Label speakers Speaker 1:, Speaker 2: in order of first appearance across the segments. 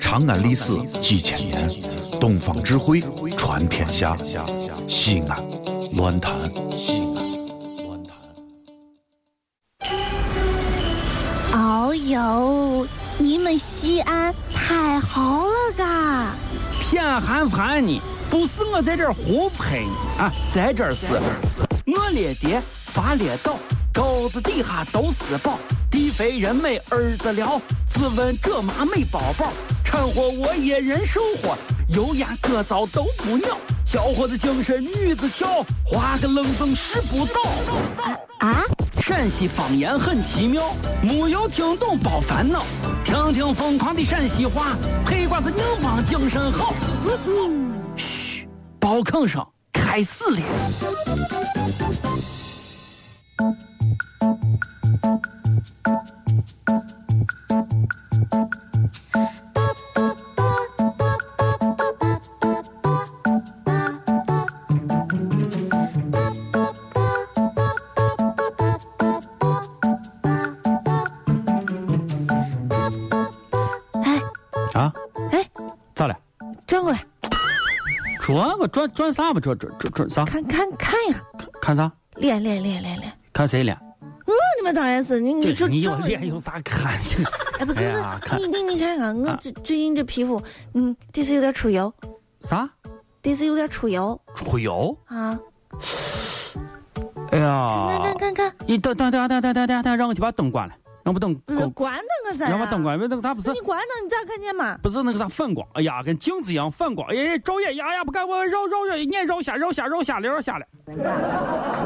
Speaker 1: 长安历史几千年，东方智慧传天下。西安，乱谈西安，乱
Speaker 2: 谈。哦呦，你们西安太好了嘎！
Speaker 3: 偏寒寒你，不是我在这儿胡喷你啊，在这儿是，我列爹发列倒，沟子底下都是宝。地肥人美儿子了，自问这妈没宝宝，掺和我也人生活，油盐各糟都不尿，小伙子精神女子俏，花个愣风拾不到。
Speaker 2: 啊！
Speaker 3: 陕西方言很奇妙，没有听懂别烦恼，听听疯狂的陕西话，黑瓜子硬邦精神好。嘘、嗯，包吭声开始了。啊哎说我转转啥嘛？转转转转啥？
Speaker 2: 看看看呀！
Speaker 3: 看啥？
Speaker 2: 脸脸脸脸脸！
Speaker 3: 看谁脸？
Speaker 2: 我你们当然是你你
Speaker 3: 这你有脸有啥看 呀？
Speaker 2: 哎不是不是，你你你看啊看我最最近这皮肤，嗯，这次有点出油。
Speaker 3: 啥？
Speaker 2: 这次有点出油。
Speaker 3: 出油？
Speaker 2: 啊！
Speaker 3: 哎呀！
Speaker 2: 看看看看！
Speaker 3: 你等等等等等等等等，让我去把灯关了。让不灯
Speaker 2: 嗯关那个啥？
Speaker 3: 让把灯关，那个啥不是？
Speaker 2: 啊你关灯，你咋看见嘛？
Speaker 3: 不是那个啥反光，哎呀，跟镜子一样反光，哎，照眼呀呀，不敢我绕绕眼，眼绕瞎，绕瞎，绕瞎了，绕瞎了。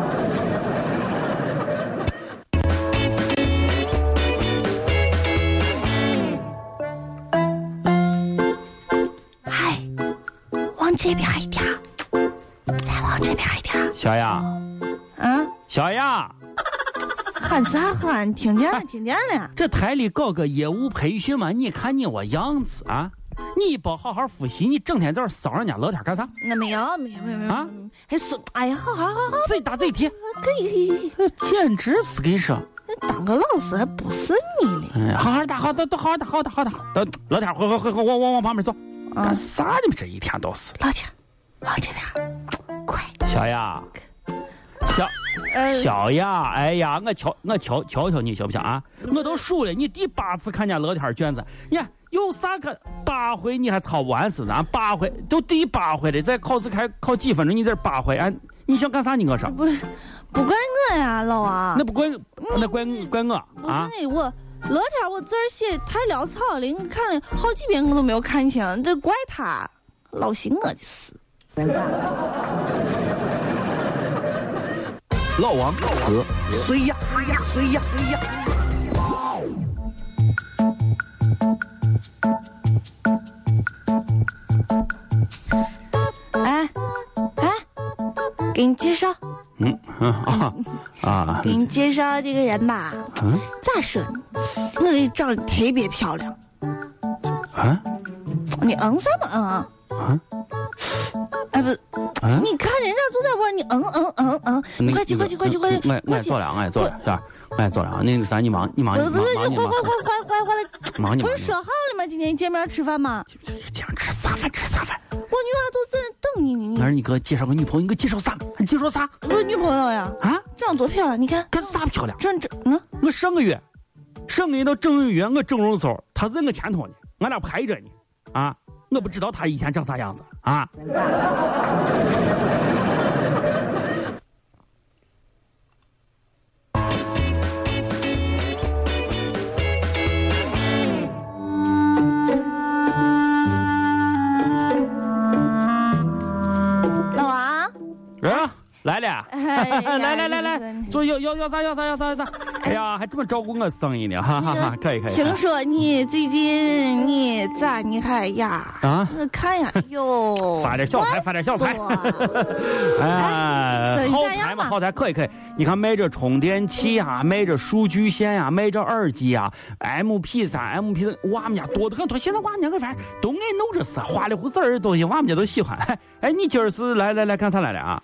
Speaker 2: 嗨，往这边一点，再往这边一点。
Speaker 3: 小雅，
Speaker 2: 啊，
Speaker 3: 小雅。
Speaker 2: 喊啥喊？听见了，听见了。
Speaker 3: 这台里搞个业务培训嘛，你看你我样子啊！你不好好复习，你整天在这骚人家聊天干啥？
Speaker 2: 那没有，没有，没有，没有。啊！还说，哎呀，好好好好，
Speaker 3: 自己打自己贴，
Speaker 2: 可以。
Speaker 3: 简直是跟你说，
Speaker 2: 当个老师还不是你嘞？
Speaker 3: 哎，好好打，好打，好好打，好打，好打。老天，回回回回，往往往旁边走。干啥？你们这一天都是。
Speaker 2: 老天，往这边，快！
Speaker 3: 小雅。小
Speaker 2: 呃
Speaker 3: 小呀，哎呀，我瞧我瞧瞧瞧你行不行啊？我都数了，你第八次看人家乐天卷子，你看有啥可八回你还抄不完是不是？俺八回都第八回了，再考试开考几分钟，你这八回，俺你想干啥你我说？
Speaker 2: 不是，不怪我呀，老王。
Speaker 3: 那不怪，那怪
Speaker 2: 嗯
Speaker 3: 怪我啊！
Speaker 2: 我乐天我字儿写太潦草了，我看了好几遍我都没有看清，这怪他，老寻我的事。
Speaker 1: 老王和
Speaker 4: 哎
Speaker 1: 谁呀？谁呀？谁呀？谁呀？
Speaker 2: 哎哎，给你介绍。
Speaker 3: 嗯啊
Speaker 2: 嗯
Speaker 3: 啊！
Speaker 2: 给你介绍这个人吧。嗯。咋说呢？我这长得特别漂亮。
Speaker 3: 啊？
Speaker 2: 你嗯什么嗯啊？
Speaker 3: 啊？
Speaker 2: 哎不。啊、你看人家就在问你嗯嗯嗯嗯，你快去快去快去快去！
Speaker 3: 我我做了，我做哎了，是吧？我做了，那个啥，你忙你忙
Speaker 2: 不是不是，
Speaker 3: 啊你
Speaker 2: 快快快快快
Speaker 3: 了！忙你
Speaker 2: 不是说好了吗？今天见面吃饭吗？
Speaker 3: 见面吃啥饭？吃啥饭？
Speaker 2: 我女娃都在等你呢。
Speaker 3: 那是你给我介绍个女朋友，你给介绍啥？你介绍啥？
Speaker 2: 我女朋友呀！
Speaker 3: 啊，
Speaker 2: 长得多漂亮，你看。
Speaker 3: 干啥漂亮？
Speaker 2: 整整嗯，
Speaker 3: 我上个月，上个月到整个月我整容时候，她在我前头呢，俺俩排着呢，啊。我不知道他以前长啥样子啊！
Speaker 2: 老王，
Speaker 3: 啊，来了，
Speaker 2: 哎
Speaker 3: 来来来来，坐，要要要啥要啥要啥要啥！哎呀，还这么照顾我生意呢，哈哈哈！啊可以可以。
Speaker 2: 听说你最近你。咋？你看呀！
Speaker 3: 啊，
Speaker 2: 我看呀，哎哟，
Speaker 3: 发点小财，发点小财，
Speaker 2: 哎，
Speaker 3: 好财嘛，好财，可以可以。你看卖这充电器啊，卖这数据线呀，卖这耳机啊，MP 三、MP 四，娃们家多得很多。现在娃们家我反正都爱弄这事，花里胡哨的东西，娃们家都喜欢。哎，你今儿是来来来干啥来了啊？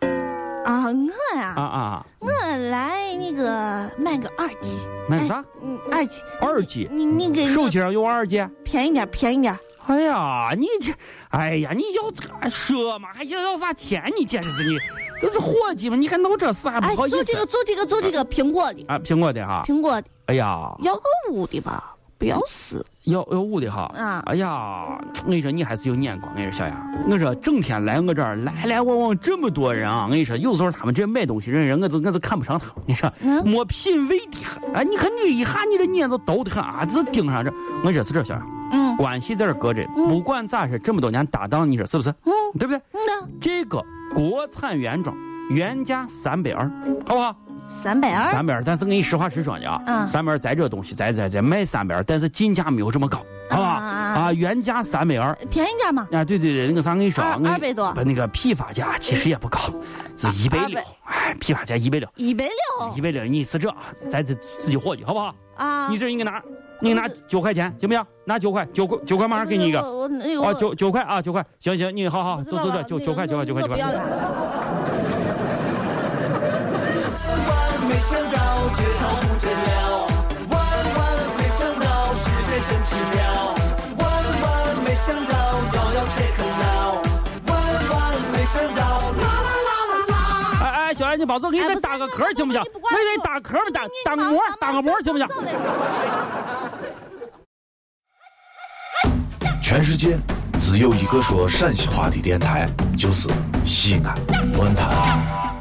Speaker 2: 啊，我呀，
Speaker 3: 啊啊，
Speaker 2: 我来那个卖个耳机，
Speaker 3: 卖啥？
Speaker 2: 嗯，耳机，
Speaker 3: 耳机，
Speaker 2: 你那个
Speaker 3: 手机上有耳机，
Speaker 2: 便宜点，便宜点，
Speaker 3: 哎呀，你这，哎呀，你要这个说嘛，还要要啥钱？你简直是你，都是伙计嘛，你还弄这事还
Speaker 2: 哎，
Speaker 3: 不好意
Speaker 2: 做
Speaker 3: 思、
Speaker 2: 这个做这个做这个苹果的，
Speaker 3: 啊？苹果的哈，
Speaker 2: 苹果的
Speaker 3: 哎呀，
Speaker 2: 要个五的吧，不要死。
Speaker 3: 要要五的哈，
Speaker 2: 啊
Speaker 3: 哎呀，我跟你说你还是有眼光，我跟你说小杨，我说整天来我这儿来来往往这么多人啊，我跟你说有时候他们这买东西人人我都我都看不上他们，你说
Speaker 2: 嗯
Speaker 3: 没品位的很，哎，你看你一下你的眼子抖的很啊，这盯上这，我说是这小杨，
Speaker 2: 嗯
Speaker 3: 关系在这搁着，
Speaker 2: 嗯
Speaker 3: 不管咋说，这么多年搭档，你说是不是？
Speaker 2: 嗯
Speaker 3: 对不对？
Speaker 2: 嗯的，
Speaker 3: 这个国产原装原价三百二，好不好？
Speaker 2: 三百二。
Speaker 3: 三百二，但是我跟你实话实说呢啊，
Speaker 2: 嗯
Speaker 3: 三百二咱这东西，咱咱咱卖三百二，但是进价没有这么高，好吧？
Speaker 2: 啊啊
Speaker 3: 啊，原价三百二。
Speaker 2: 便宜点嘛，
Speaker 3: 啊，对对对，那个啥，我跟你说，
Speaker 2: 二
Speaker 3: 我
Speaker 2: 二百多
Speaker 3: 不那个批发价其实也不高，是一百
Speaker 2: 二
Speaker 3: 六
Speaker 2: 百，
Speaker 3: 哎，批发价一百六，
Speaker 2: 一百六
Speaker 3: 一百六，你是这，咱得自己伙计，好不好？
Speaker 2: 啊！
Speaker 3: 你这你给拿，你给拿九块钱，行不行？拿九块，九块，九块，马上给你一个。
Speaker 2: 我我那
Speaker 3: 哦，
Speaker 2: 个
Speaker 3: 九九块啊，九块，行行，你好好，走走走，九九块，九块，九块，九
Speaker 2: 不
Speaker 3: 块
Speaker 2: 要。了，
Speaker 4: 万没想到节操不见了，万万没想到世界真奇妙，万万没想到遥遥且可挠，万万没想到啦啦啦啦啦。
Speaker 3: 哎哎，小安，你保证给你再打个壳行不行？
Speaker 2: 哎
Speaker 3: 我给你打壳嘛，打打个膜，打个膜行不行？
Speaker 1: 全世界只有一个说陕西话的电台，就是西安论坛。